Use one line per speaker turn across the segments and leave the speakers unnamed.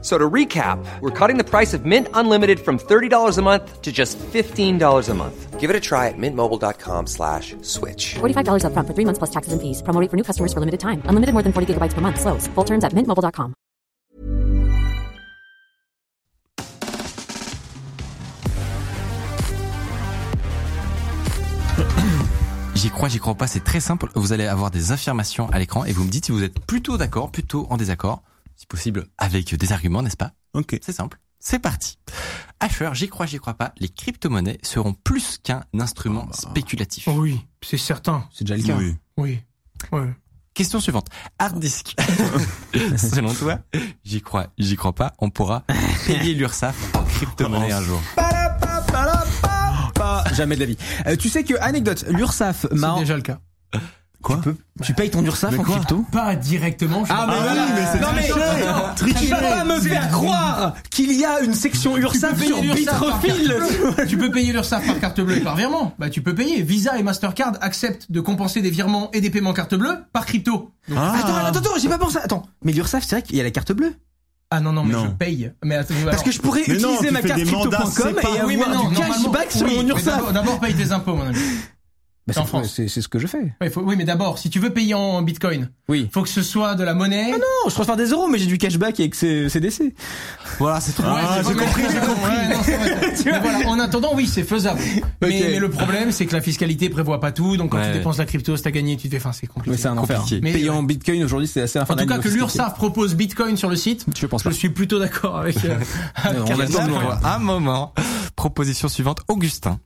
So to recap, we're cutting the price of Mint Unlimited from $30 a month to just $15 a month. Give it a try at mintmobile.com slash switch.
$45 upfront for three months plus taxes and fees. Promo rate for new customers for limited time. Unlimited more than 40 gigabytes per month. Slows. Full terms at mintmobile.com.
J'y crois, j'y crois pas, c'est très simple. Vous allez avoir des affirmations à l'écran et vous me dites si vous êtes plutôt d'accord, plutôt en désaccord, si possible avec des arguments, n'est-ce pas
Ok.
C'est simple. C'est parti. Asher, j'y crois, j'y crois pas, les crypto-monnaies seront plus qu'un instrument
Ah bah.
spéculatif.
Oui, c'est certain.
C'est déjà le cas.
Oui.
Oui. Ouais.
Question suivante. Hard disk. Selon toi, j'y crois, j'y crois pas, on pourra payer l'URSSAF en crypto-monnaie un jour.
Pas jamais de la vie. Euh, tu sais que anecdote, l'URSAF m'a
C'est déjà le cas.
Quoi
tu payes ton URSAF en crypto
Pas directement. je-
Ah mais voilà. non mais tu vas pas me faire croire qu'il y a une section URSAF
payer
sur
l'URSSAF par
Bitrefil.
Tu peux payer l'URSSAF par carte bleue et par virement. Bah, tu peux payer. Visa et Mastercard acceptent de compenser des virements et des paiements carte bleue par crypto. Donc-
Ah.
Attends, attends, attends, j'ai pas pensé. Attends, mais l'URSAF, c'est vrai qu'il y a la carte bleue.
Ah non, non, mais
Non.
je paye. Mais attends,
Parce
alors- ah
que je pourrais
Mais non,
utiliser
tu
ma
fais
carte
des mandats
crypto.com et
séparés.
avoir
oui, mais non,
du
normalement-
cashback sur
oui,
mon
mais
URSAF.
d'abord- D'abord, paye tes impôts, mon ami. c'est en France.
C'est ce que je fais.
Ouais, faut- oui, mais d'abord, si tu veux payer en bitcoin,
Oui.
faut que ce soit de la monnaie.
Ah Non, je transfère des euros, mais j'ai du cashback avec ces CDC.
Voilà, c'est trop.
Ah, j'ai compris, j'ai compris.
Ouais, non, c'est vrai. mais voilà, en attendant, oui, c'est faisable. Mais,
Ok.
mais le problème, c'est que la fiscalité prévoit pas tout. Donc quand
Ouais.
tu dépenses la crypto, si t'as gagné, tu te fais. Enfin, c'est compliqué.
Mais c'est un enfer.
Compliqué.
Mais-
Payer en Bitcoin aujourd'hui, c'est assez
en tout
infernal.
cas, que
de
l'URSSAF propose Bitcoin sur le site,
sophistiqué. Je pense
je
pas.
suis plutôt d'accord avec. euh, avec
on
Karine.
attend de
Attends un moment. Proposition suivante, Augustin.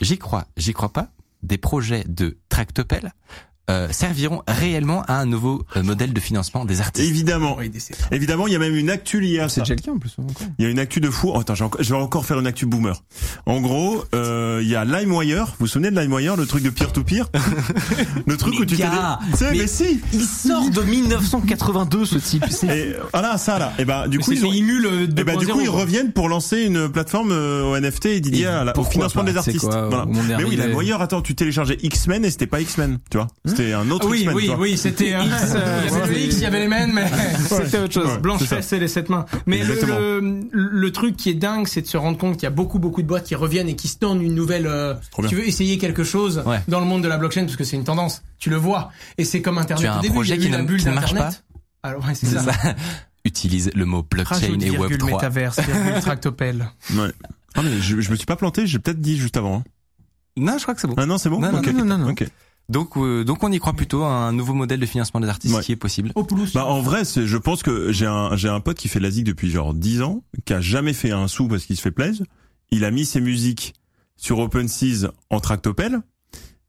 J'y crois, j'y crois pas. Des projets de Tractopelle euh, serviront réellement à un nouveau euh, modèle de financement des artistes.
Évidemment.
Oui, des- c'est-
Évidemment, il y a même une actu liée à
C'est
ça.
déjà le cas en plus. encore.
Il y a une actu de fou. Oh, attends, j'ai encore- je vais encore faire une actu boomer. En gros, euh, il y a LimeWire. Vous vous souvenez de LimeWire, le truc de peer-to-peer Le truc
Mais
où tu t'es
gars,
dit- Tu sais,
mais-
mais si
Il sort de 1982 ce type. C'est
Et voilà, ça là. Et bah, du coup,
C'était
ils ont.
Imul, euh,
Et bah, du
2.0,
coup, ils
quoi.
reviennent pour lancer une plateforme euh, au NFT et Didier
Et
à la- au
pourquoi
financement
pas,
des
tu sais
artistes.
quoi, au monde est
Mais oui,
arrivé. Hein
LimeWire, attends, tu téléchargeais X-Men et c'était pas X-Men, tu vois. C'était un
Ah
autre
Ah Oui,
X-Men. tu
oui,
vois.
oui, c'était. euh,
X,
Il
euh,
y avait
ouais.
le X, il y avait les men, mais.
C'était autre chose.
Ouais.
Blanche
c'est ça.
fesse et les sept mains. Mais le,
Exactement.
le, le truc qui est dingue, c'est de se rendre compte qu'il y a beaucoup beaucoup de boîtes qui reviennent et qui se tendent une nouvelle. euh,
trop bien.
tu veux essayer quelque chose
Ouais.
dans le monde de la blockchain parce que c'est une tendance. Tu le vois et c'est comme internet.
Tu as
Au
un
début,
projet
il y a
qui
eu
ne-
la bulle
qui ne marche
d'Internet. Alors ouais, c'est
C'est
ça.
ça. Utilise le mot blockchain
Rajoute
et Web
virgule
3.
métaverse, virgule tractopelle.
Ouais. Ah, mais je, je me suis pas planté, j'ai peut-être dit juste avant. hein.
Non, je crois que c'est bon.
Ah non, c'est bon
Non, non,
Ok.
non, non, non.
Ok.
Donc, euh, donc on y croit plutôt à un nouveau modèle de financement des artistes
Ouais.
qui est possible.
Au pouls.
Bah en vrai, c'est- je pense que j'ai un j'ai un pote qui fait de la zik depuis genre 10 ans, qui a jamais fait un sou parce qu'il se fait plaisir. Il a mis ses musiques sur OpenSeas en tractopelle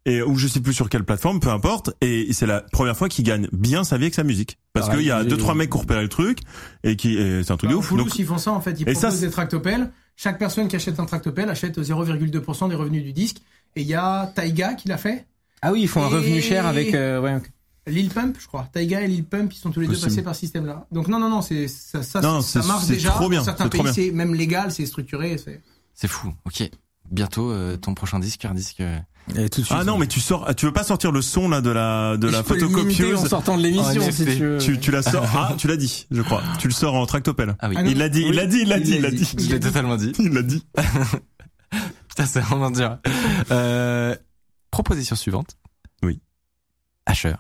et ou je sais plus sur quelle plateforme, peu importe. Et c'est la première fois qu'il gagne bien sa vie avec sa musique parce
Pareil,
qu'il y a
j'ai-
deux trois mecs qui ont repéré le truc et qui et c'est un truc
Bah,
de
au
ouf.
Pouls,
Donc
ils font ça en fait. Ils
Et ça,
proposent
c'est-
des tractopelles. Chaque personne qui achète un tractopelle achète 0,2% des revenus du disque. Et il y a Taiga qui l'a fait.
Ah oui, ils font un
Et-
revenu cher avec. euh, ouais, ok.
Lil Pump, je crois. Taiga et Lil Pump, ils sont tous les deux
Possible.
passés par ce système-là. Donc non, non, non, c'est ça, ça,
Non,
ça
c'est-
marche
c'est
déjà.
trop bien,
Dans certains
c'est trop
pays,
bien.
c'est même légal, c'est structuré. C'est...
C'est fou. Ok. Bientôt euh, ton prochain disque, un disque. euh,
Et tout de suite.
ah non, mais tu sors, ah, tu veux pas sortir le son là de la de la
Je peux l'imiter en
photocopieuse.
sortant de l'émission
En
si
effet.
tu veux.
Tu, tu la sors. Ah, tu l'as dit, je crois. Tu le sors en tractopelle.
Ah oui.
Ah non.
Il l'a dit, il l'a dit, il l'a dit, il l'a dit.
Je l'ai totalement dit.
Il l'a dit.
Putain, c'est vraiment dur. Euh, proposition suivante.
Oui.
Asher.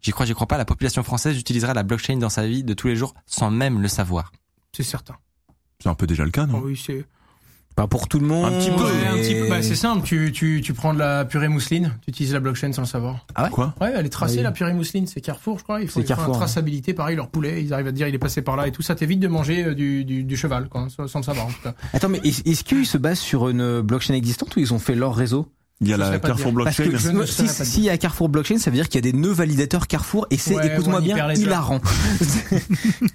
J'y crois, j'y crois pas, la population française utilisera la blockchain dans sa vie de tous les jours sans même le savoir.
C'est certain.
C'est un peu déjà le cas,
Oh
non
oui, c'est.
Pas pour tout le monde.
Un petit peu.
Ouais,
mais-
un petit peu- bah, c'est simple. Tu, tu, tu prends de la purée mousseline, tu utilises la blockchain sans le savoir.
Quoi
Ouais, elle est tracée
Oui.
la purée mousseline. C'est Carrefour, je crois. Ils font,
C'est
ils font
Carrefour,
la
hein.
ouais.
traçabilité. Pareil, leur poulet, ils arrivent à te dire il est passé par là et tout. Ça t'évite de manger euh, du, du, du cheval, quoi, sans sans le savoir en tout cas.
Attends, mais est- est-ce qu'ils se basent sur une blockchain existante ou ils ont fait leur réseau
Il y a
Je
la
saurais pas
Carrefour
dire.
Parce
Blockchain. hein.
que
Je ne
si-
saurais pas
si-
dire.
s'il y a Carrefour Blockchain, ça veut dire qu'il y a des nœuds validateurs Carrefour et c'est,
Ouais,
écoute-moi
ouais, on y
bien,
perd les doigts.
hilarant.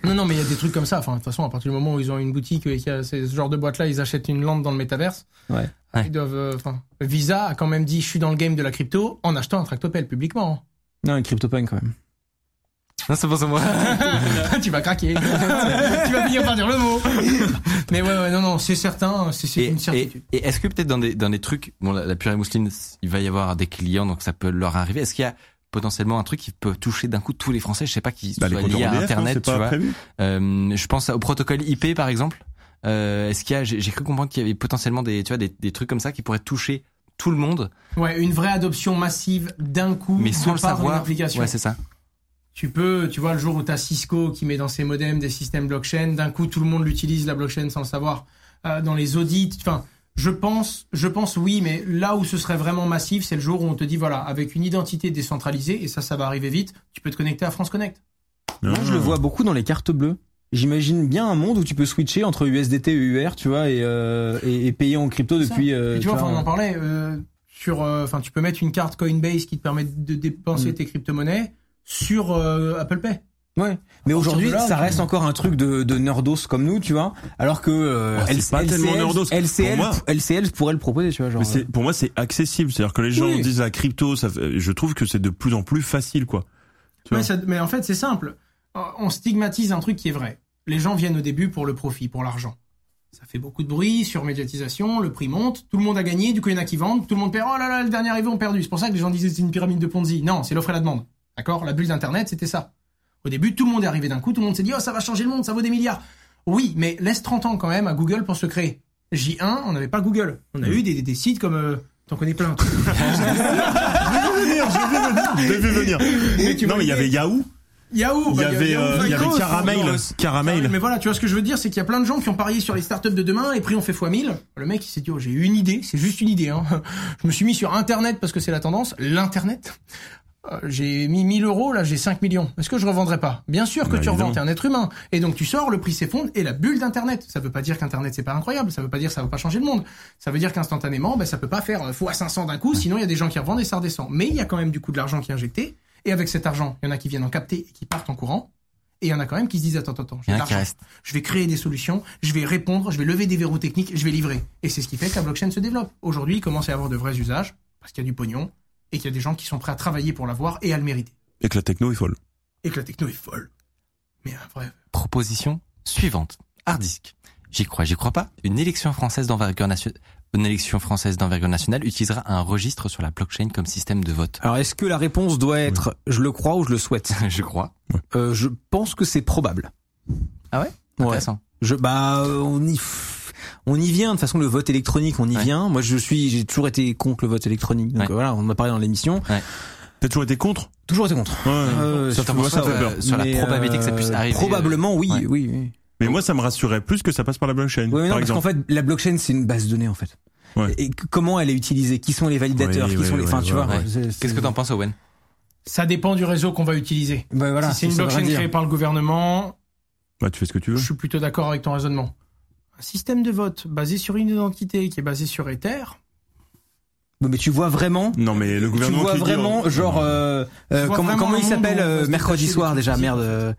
Non, non, mais il y a des trucs comme ça. Enfin, de toute façon, à partir du moment où ils ont une boutique et qu'il y a ce genre de boîte-là, ils achètent une lampe dans le métaverse.
Ouais.
Ouais.
Ils doivent. euh, Enfin, Visa a quand même dit je suis dans le game de la crypto en achetant un tractopelle publiquement. hein.
Non, un CryptoPunk quand même.
Non, c'est pas ça, moi.
tu vas craquer. tu vas finir par dire le mot. Mais ouais, ouais, non, non, c'est certain, c'est- c'est
Et,
une certitude.
et- et est-ce que peut-être dans des, dans des trucs, bon, la, la purée mousseline, il va y avoir des clients, donc ça peut leur arriver. Est-ce qu'il y a potentiellement un truc qui peut toucher d'un coup tous les Français Je sais pas qui
Bah,
soit
compteurs
lié à
EDF, non,
Internet,
c'est
tu
pas
vois.
prévu.
Euh, je pense au protocole IP, par exemple. Euh, est-ce qu'il y a, j'ai j'ai cru comprendre qu'il y avait potentiellement des, tu vois, des, des trucs comme ça qui pourraient toucher tout le monde,
Ouais, une vraie adoption massive d'un coup.
mais
de
sans le
par une
savoir.
application.
Ouais, c'est ça.
tu peux, tu vois, le jour où t'as Cisco qui met dans ses modems des systèmes blockchain, d'un coup tout le monde l'utilise la blockchain sans le savoir. Euh, dans les audits, enfin, je pense, je pense oui, mais là où ce serait vraiment massif, c'est le jour où on te dit voilà, avec une identité décentralisée et ça, ça va arriver vite, tu peux te connecter à France Connect.
Moi, je le vois beaucoup dans les cartes bleues. J'imagine bien un monde où tu peux switcher entre USDT et UR, tu vois, et, euh, et, et payer en crypto
Ça.
depuis. euh,
Et tu vois,
tu vois,
enfin, on en parlait euh, sur, euh, enfin, tu peux mettre une carte Coinbase qui te permet de dépenser
Mm.
tes crypto-monnaies sur euh, Apple Pay.
Mais
à partir
aujourd'hui,
de là,
ça
tu-
reste encore un truc de, de nerdos comme nous, tu vois. Alors que euh,
Ah, c'est
LC-
pas tellement
LCL,
nerdos. Pour
LCL,
moi-
LCL pourrait le proposer, tu vois. Genre, euh.
Mais c'est- pour moi, c'est accessible. C'est-à-dire que les gens
Oui.
disent la crypto, ça, fait- je trouve que c'est de plus en plus facile, quoi. Tu
Mais,
vois.
ça- mais en fait, c'est simple. Euh, On stigmatise un truc qui est vrai. Les gens viennent au début pour le profit, pour l'argent. Ça fait beaucoup de bruit, surmédiatisation, le prix monte, tout le monde a gagné, du coup il y en a qui vendent, tout le monde perd, oh là là, le dernier arrivé ont perdu. C'est pour ça que les gens disaient c'est une pyramide de Ponzi. Non, c'est l'offre et la demande. D'accord La bulle d'Internet, c'était ça. Au début, tout le monde est arrivé d'un coup, tout le monde s'est dit, oh ça va changer le monde, ça vaut des milliards. Oui, mais laisse 30 ans quand même à Google pour se créer. J1, on n'avait pas Google. On
Mm.
a eu des, des- des sites comme... euh, T'en connais plein.
Je l'ai vu venir.
Mais tu
non,
vois
mais il y
l'idée.
avait Yahoo,
Yahoo
il y
bah,
avait,
Yahoo,
euh, il y avait
Firefox,
Caramel, Caramel.
Ah Mais voilà, tu vois ce que je veux dire, c'est qu'il y a plein de gens qui ont parié sur les startups de demain et prix on fait x 1000. Le mec il s'est dit oh, j'ai une idée, c'est juste une idée. Hein. Je me suis mis sur Internet parce que c'est la tendance, l'internet. Euh, j'ai mis 1000 euros, là j'ai 5 millions. Est-ce que je revendrai pas Bien sûr que
Bah,
tu revends,
évidemment.
t'es un être humain. Et donc tu sors, le prix s'effondre et la bulle d'Internet. Ça veut pas dire qu'Internet c'est pas incroyable, ça veut pas dire que ça va pas changer le monde. Ça veut dire qu'instantanément, bah, ça peut pas faire euh, fois 500 d'un coup, sinon il y a des gens qui revendent et ça redescend. Mais il y a quand même du coup de l'argent qui est injecté. Et avec cet argent, il y en a qui viennent en capter et qui partent en courant. Et il y en a quand même qui se disent attends, attends, attends,
Il
j'ai
y
de
en a qui
l'argent.
restent.
je vais créer des solutions, je vais répondre, je vais lever des verrous techniques, je vais livrer. Et c'est ce qui fait que la blockchain se développe. Aujourd'hui, il commence à y avoir de vrais usages, parce qu'il y a du pognon, et qu'il y a des gens qui sont prêts à travailler pour l'avoir et à le mériter.
et que la techno est folle.
Et que la techno est folle. Mais un vrai.
Proposition suivante. Hardisk. J'y crois, j'y crois pas. Une élection française d'envergure nationale, une élection française d'envergure nationale utilisera un registre sur la blockchain comme système de vote.
Alors, est-ce que la réponse doit être je le crois ou je le souhaite
je crois.
Euh, Je pense que c'est probable.
Ah ouais Intéressant.
Je bah euh, on y f- on y vient de toute façon le vote électronique on y
Ouais.
vient. Moi je suis j'ai toujours été contre le vote électronique. Donc
Ouais.
euh, voilà, on en a parlé dans l'émission.
T'as toujours été contre
Toujours été contre.
Ouais.
Euh,
Sur
je
ta
vois
façon,
ça,
euh,
ouais.
sur la
Mais,
probabilité que ça puisse
euh,
arriver,
Probablement oui,
ouais.
oui, oui.
Mais moi, ça me rassurait plus que ça passe par la blockchain,
Ouais, mais non,
par
parce qu'en
exemple.
fait, la blockchain, c'est une base de données, en fait.
Ouais.
Et que- comment elle est utilisée Qui sont les validateurs
Oui,
Qui
oui,
sont les...
oui,
Enfin,
oui,
tu
oui,
vois.
ouais.
c'est- c'est-
Qu'est-ce que t'en penses, Owen
Ça dépend du réseau qu'on va utiliser.
Bah, voilà,
si c'est une
ça veut
blockchain
rien dire.
créée par le gouvernement,
Bah, tu fais ce que tu
je
veux.
suis plutôt d'accord avec ton raisonnement. Un système de vote basé sur une identité qui est basé sur Ether,
Mais tu vois vraiment...
Non, mais le
Tu
gouvernement.
vois
qui dit- oh,
vraiment, genre, euh, euh,
vois
comment,
vraiment
comment
un
il
monde
s'appelle
où on
euh,
va se
mercredi
détacher
soir
des
déjà,
outils,
merde.
en fait.
euh,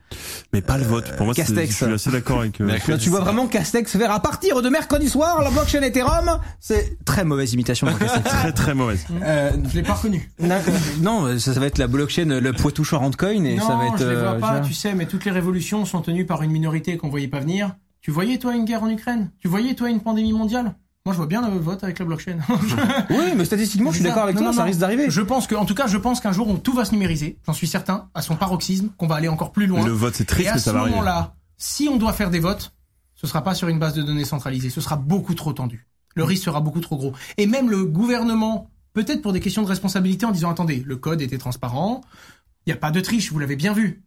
Mais pas le vote. Pour moi, c'est- je
Castex. Bah,
suis assez d'accord avec. euh,
Mercredi.
tu vois vraiment Castex faire à partir de mercredi soir la blockchain Ethereum. C'est très mauvaise imitation. de Castex.
Très très mauvaise.
Euh,
je l'ai pas reconnu.
na- euh, non, ça, ça va être la blockchain, le poitou charente coin et
non,
ça va être.
je les vois
euh,
pas,
tu vois.
tu sais, mais toutes les révolutions sont tenues par une minorité qu'on voyait pas venir. Tu voyais, toi, une guerre en Ukraine Tu voyais, toi, une pandémie mondiale Moi, je vois bien le vote avec la blockchain.
Oui, mais statistiquement, je suis
Bizarre.
d'accord avec
Non,
toi,
non,
ça
non.
risque d'arriver.
Je pense que, en tout cas, je pense qu'un jour, on, tout va se numériser. J'en suis certain, à son paroxysme, qu'on va aller encore plus loin.
Le vote, c'est
Et
triste,
à
mais ça
ce
va arriver.
moment-là, si on doit faire des votes, ce sera pas sur une base de données centralisée, ce sera beaucoup trop tendu. Le risque sera beaucoup trop gros. Et même le gouvernement, peut-être pour des questions de responsabilité, en disant attendez, le code était transparent, il n'y a pas de triche, vous l'avez bien vu.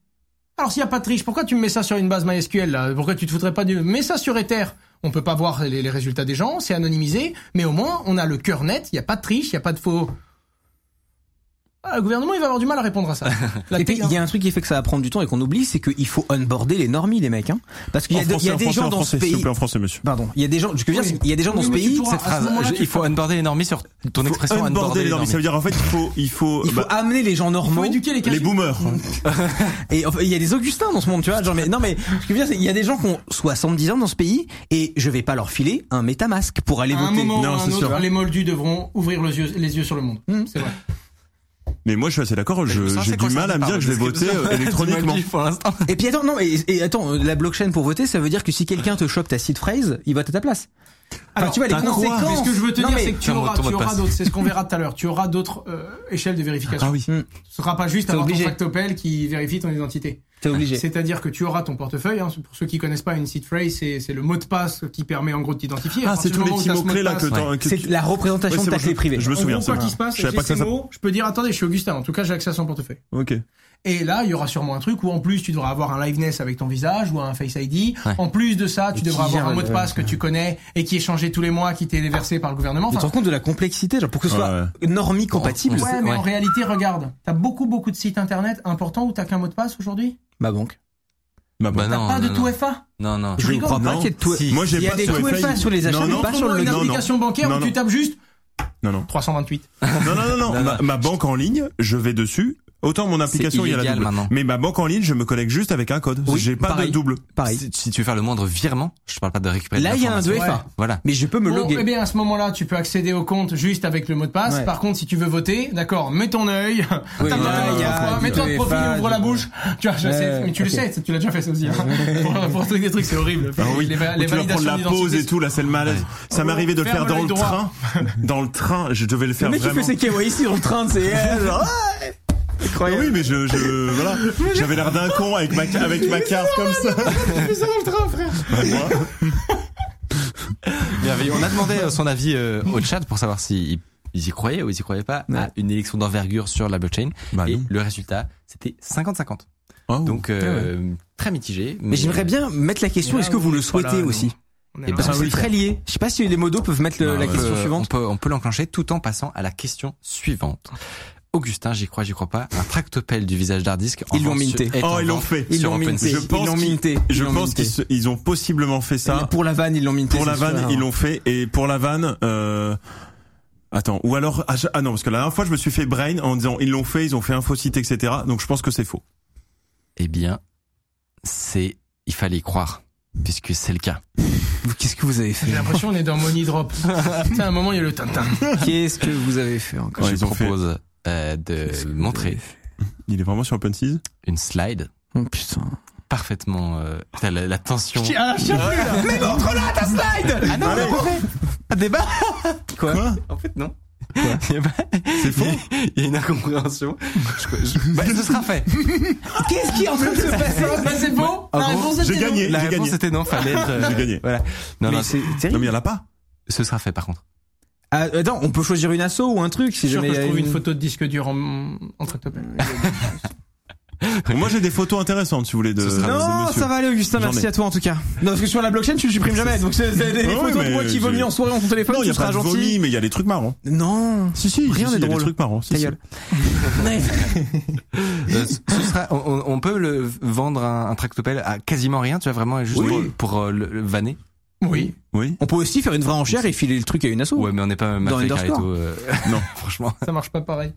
Alors s'il n'y a pas de triche, pourquoi tu me mets ça sur une base MySQL là Pourquoi tu te foutrais pas du... Mets ça sur Ether on peut pas voir les, les résultats des gens, c'est anonymisé, mais au moins on a le cœur net, il n'y a pas de triche, il n'y a pas de faux. Ah, le gouvernement il va avoir du mal à répondre à ça. La
Et puis
tech,
il y a un truc qui fait que ça va prendre du temps et qu'on oublie, c'est qu'il faut onboarder les normies, les mecs. Hein. Parce qu'il y a,
En
de- il y
français,
a
en
des
français,
gens
en
dans ce
français, s'il vous
pays.
plaît, en français, monsieur.
Pardon, il y a des gens. Ce que je veux
Oui.
dire, c'est qu'il y a des gens dans
Oui,
ce
mais tu
pays.
pourras-
cette
à ce
phrase,
moment-là,
je-
tu
Ah, Il faut unborder les normies sur ton expression
Unborder les normes. Ça
normies.
veut dire, en fait, il faut, il faut,
il faut
bah,
amener les gens
il faut
normaux.
éduquer les
les
cachets.
boomers.
Et enfin, il y a des Augustins dans ce monde, tu vois. Genre, mais non, mais ce que je veux dire, c'est qu'il y a des gens qui ont 70 ans dans ce pays et je vais pas leur filer un MetaMask pour aller
À un
voter.
moment
Non,
ou à un
c'est
autre,
sûr.
Hmm.
les moldus devront ouvrir les yeux, les yeux sur le monde. C'est vrai.
Mais moi, je suis assez d'accord.
je me
je-
sens
J'ai
assez
du mal
concerné
à me dire
par
que je vais
votre
voter
description.
euh, électroniquement.
Tu m'as dit, pour l'instant.
Et puis attends, non, et, et attends, la blockchain pour voter, ça veut dire que si quelqu'un te chope ta seed phrase, il vote à ta place.
Alors,
tu vois, les
t'as quoi
conséquences.
Mais ce que je veux te
Non,
dire,
mais-
c'est que tu
Tiens, mon
auras,
tour
tu
de
auras
passe.
d'autres, c'est ce qu'on verra tout à l'heure, tu auras d'autres euh, échelles de vérification.
Ah oui.
Hmm,
Ce sera pas juste
T'es
avoir
obligé.
ton tractopelle qui vérifie ton identité.
T'es obligé.
C'est-à-dire que tu auras ton portefeuille. hein. Pour ceux qui connaissent pas une seed phrase, c'est c'est le mot de passe qui permet en gros de t'identifier. À
Ah,
partir
c'est
du
tous les
moment où
petits
t'as ce
mots
mot de
clés là
passe,
que t'en- que
C'est
tu-
la représentation
Ouais, c'est
de ta
bon,
clé privée.
Je me
en
souviens.
gros, quoi
c'est
qu'il
bon.
se passe,
Je savais
j'ai
pas que
ces
ça s'appelait-
mots, je peux dire attendez, je suis Augustin. En tout cas, j'ai accès à son portefeuille.
Ok.
Et là, il y aura sûrement un truc où en plus tu devras avoir un liveness avec ton visage ou un face ID.
Ouais.
En plus de ça, tu
Et
devras
qui
avoir
gère
un mot
le-
de passe que tu connais et qui est changé tous les mois, qui t'est versé par le gouvernement.
Tu te
Enfin,
rends compte de la complexité, genre pour que ce soit normie compatible.
on-
ouais, mais
Ouais.
en réalité, regarde, t'as beaucoup beaucoup de sites internet importants où t'as qu'un mot de passe aujourd'hui.
Ma banque.
Bah, bon.
Bah
T'as
non,
pas de
non,
tout
non.
FA.
Non, non.
Tu
Je ne
rigoles
crois pas
Non.
qu'il y ait de tout.
Si.
Moi, j'ai
Il y a
pas
des
tout
tout
FA.
FA sur les achats,
Non,
mais
non,
pas
Prends-moi
sur le.
une
non, non.
application bancaire
Non,
où
non.
tu tapes juste
Non, non.
328.
Non, non, non, non.
Non,
Ma,
non.
ma banque en ligne, je vais dessus. Autant mon application, il y a la
illégal
double.
maintenant.
Mais ma banque en ligne, je me connecte juste avec un code.
Oui,
J'ai pas
pareil.
de double.
Pareil.
Si, si tu veux faire le moindre virement, je te parle pas de récupérer. de
Là, il y a un
l'information.
2FA.
Ouais.
Voilà.
Mais je peux me
Bon,
loguer.
eh bien, à ce moment-là, tu peux accéder au compte juste avec le mot de passe.
Ouais.
Par contre, si tu veux voter, d'accord, mets ton œil, tape
Oui,
dans
là,
ta main
il y a
trois fois,
du
mets ton
tout
profil,
effet,
ouvre la
du-
bouche. Tu vois, je
Ouais,
sais, mais tu le
ok.
sais, tu l'as déjà fait ça aussi. hein. pour, pour truc des trucs, c'est horrible.
Ah oui.
Les, va-
Où
les
tu vas prendre
validations
la pause
d'identité,
et tout, là, c'est le malaise. Ça m'est arrivé de le
Ferme
faire dans
l'œil
le
droit.
train. Dans le train, je devais le
Le
faire
mec qui
vraiment.
fait ses KYC dans le train, c'est euh, genre, ah,
Ah
incroyable.
oui, mais je, je voilà, j'avais l'air d'un con avec ma avec ma carte comme ça. Bah,
Bienvenue. On a demandé euh, son avis euh, au chat pour savoir s'ils ils y croyaient ou ils y croyaient pas à une élection d'envergure sur la blockchain.
Bah
et
non.
le résultat, c'était 50-50. Donc, euh, très mitigé.
Ah Mais j'aimerais bien mettre la question,
Mais là,
est-ce que vous
on
le
est pas là,
souhaitez
nous.
aussi
on est
Et ben,
là.
Parce
Ah
que
oui.
c'est très lié. Je sais pas si les modos peuvent mettre le-
Non,
la
on
question
peut- On
suivante.
peut, on peut l'enclencher tout en passant à la question suivante. Augustin, j'y crois, j'y crois pas. Un tractopelle du visage d'Hardisk. en
Ils l'ont
vente sur-
minté.
est en
Oh, ils l'ont
vente
fait.
Ils
sur
l'ont minté.
OpenSea.
Je
Ils
pense
l'ont
qu'ils-
minté. Ils
Je
l'ont
pense
minté.
qu'ils se- ils ont possiblement fait ça.
Pour la vanne, ils l'ont minté.
Pour la
c'est
vanne,
sûr.
ils l'ont fait et pour la vanne. euh, Attends, ou alors ah, je- ah non parce que la dernière fois je me suis fait brain en disant ils l'ont fait, ils ont fait un faux site etc. Donc je pense que c'est faux.
Eh bien, c'est, il fallait y croire. Puisque c'est le cas.
Vous- Qu'est-ce que vous avez fait
J'ai l'impression qu'on est dans Money Drop. Tu sais, à un moment, il y a le tintin.
Qu'est-ce que vous avez fait encore
Ouais,
Je
ils ont
propose euh,
Qu'est-ce
de
que vous avez
montrer
fait
Il est vraiment sur OpenSea.
une slide
Oh putain.
parfaitement. euh, putain, la, la tension.
Ah, je sais plus, là.
Mais montre-la ta slide Ah non,
Allez.
on l'a pas fait. Ah, débat Quoi
Quoi
En fait, non. Il y a pas-
C'est faux.
il y a une incompréhension. Je- je- bah, ce sera fait.
Qu'est-ce qui est en train de se passer
Bah, c'est bon.
Ah
La
bon
réponse est
J'ai
non.
gagné.
La
J'ai
réponse
gagné.
était non, fallait être. euh,
J'ai gagné.
Voilà. Non, non,
Mais c'est
Non
terrible.
mais il y en a pas.
ce sera fait par contre.
Ah, attends, on peut choisir une asso ou un truc
Je
si
suis sûr
jamais
que
il y
je
a
trouve une photo de disque dur en, en tractopelle.
Bon, Moi j'ai des photos intéressantes si vous voulez de.
Ce sera-
de
Non,
monsieur.
ça va aller, Augustin.
J'en
Merci
ai.
à toi en tout cas. Non, parce que sur la blockchain, tu le supprimes jamais. Donc c'est c'est des
Ouais,
photos de
mais
moi qui
j'ai-
vomis en soirée dans ton téléphone.
Non, il y
tu
a pas
seras
de
gentil.
vomi, mais il y a des trucs marrants.
Non.
Si si,
Rien
si,
n'est
si, il y a des
drôle.
trucs marrants. si,
Ta
si.
gueule.
Euh, ce ce sera, on- on, on peut le vendre un, un tractopelle à quasiment rien, tu vois vraiment juste
Oui.
pour, pour, euh, le, le vanner.
Oui.
Oui.
On peut aussi faire une vraie enchère et filer le truc à une asso.
Ouais, mais on n'est pas
Dans
Mafia et
Underscore.
Carito. euh, non, franchement.
Ça marche pas pareil.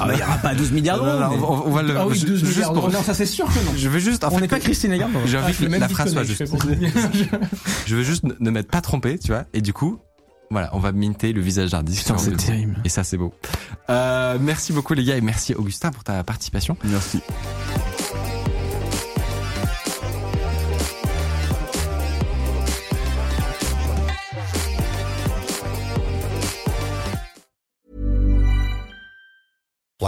Ah, bah, il y aura pas 12 milliards
Non,
d'euros.
non,
mais-
on, va- on va le.
Ah oui,
Euh, je,
12
juste
milliards
pour-
d'euros. Non, ça c'est sûr que non.
je veux juste. En
On
fait,
n'est pas Christine Lagarde.
J'ai
Ah,
envie
je
que
fais même
la
vite
phrase soit
connaître,
juste.
je fais pour-
Je veux juste ne, ne m'être pas trompé, tu vois. Et du coup, voilà, on va minter le visage d'Ardis.
Putain, c'est terrible.
Et ça, c'est beau. Euh, merci beaucoup les gars et merci Augustin pour ta participation.
Merci.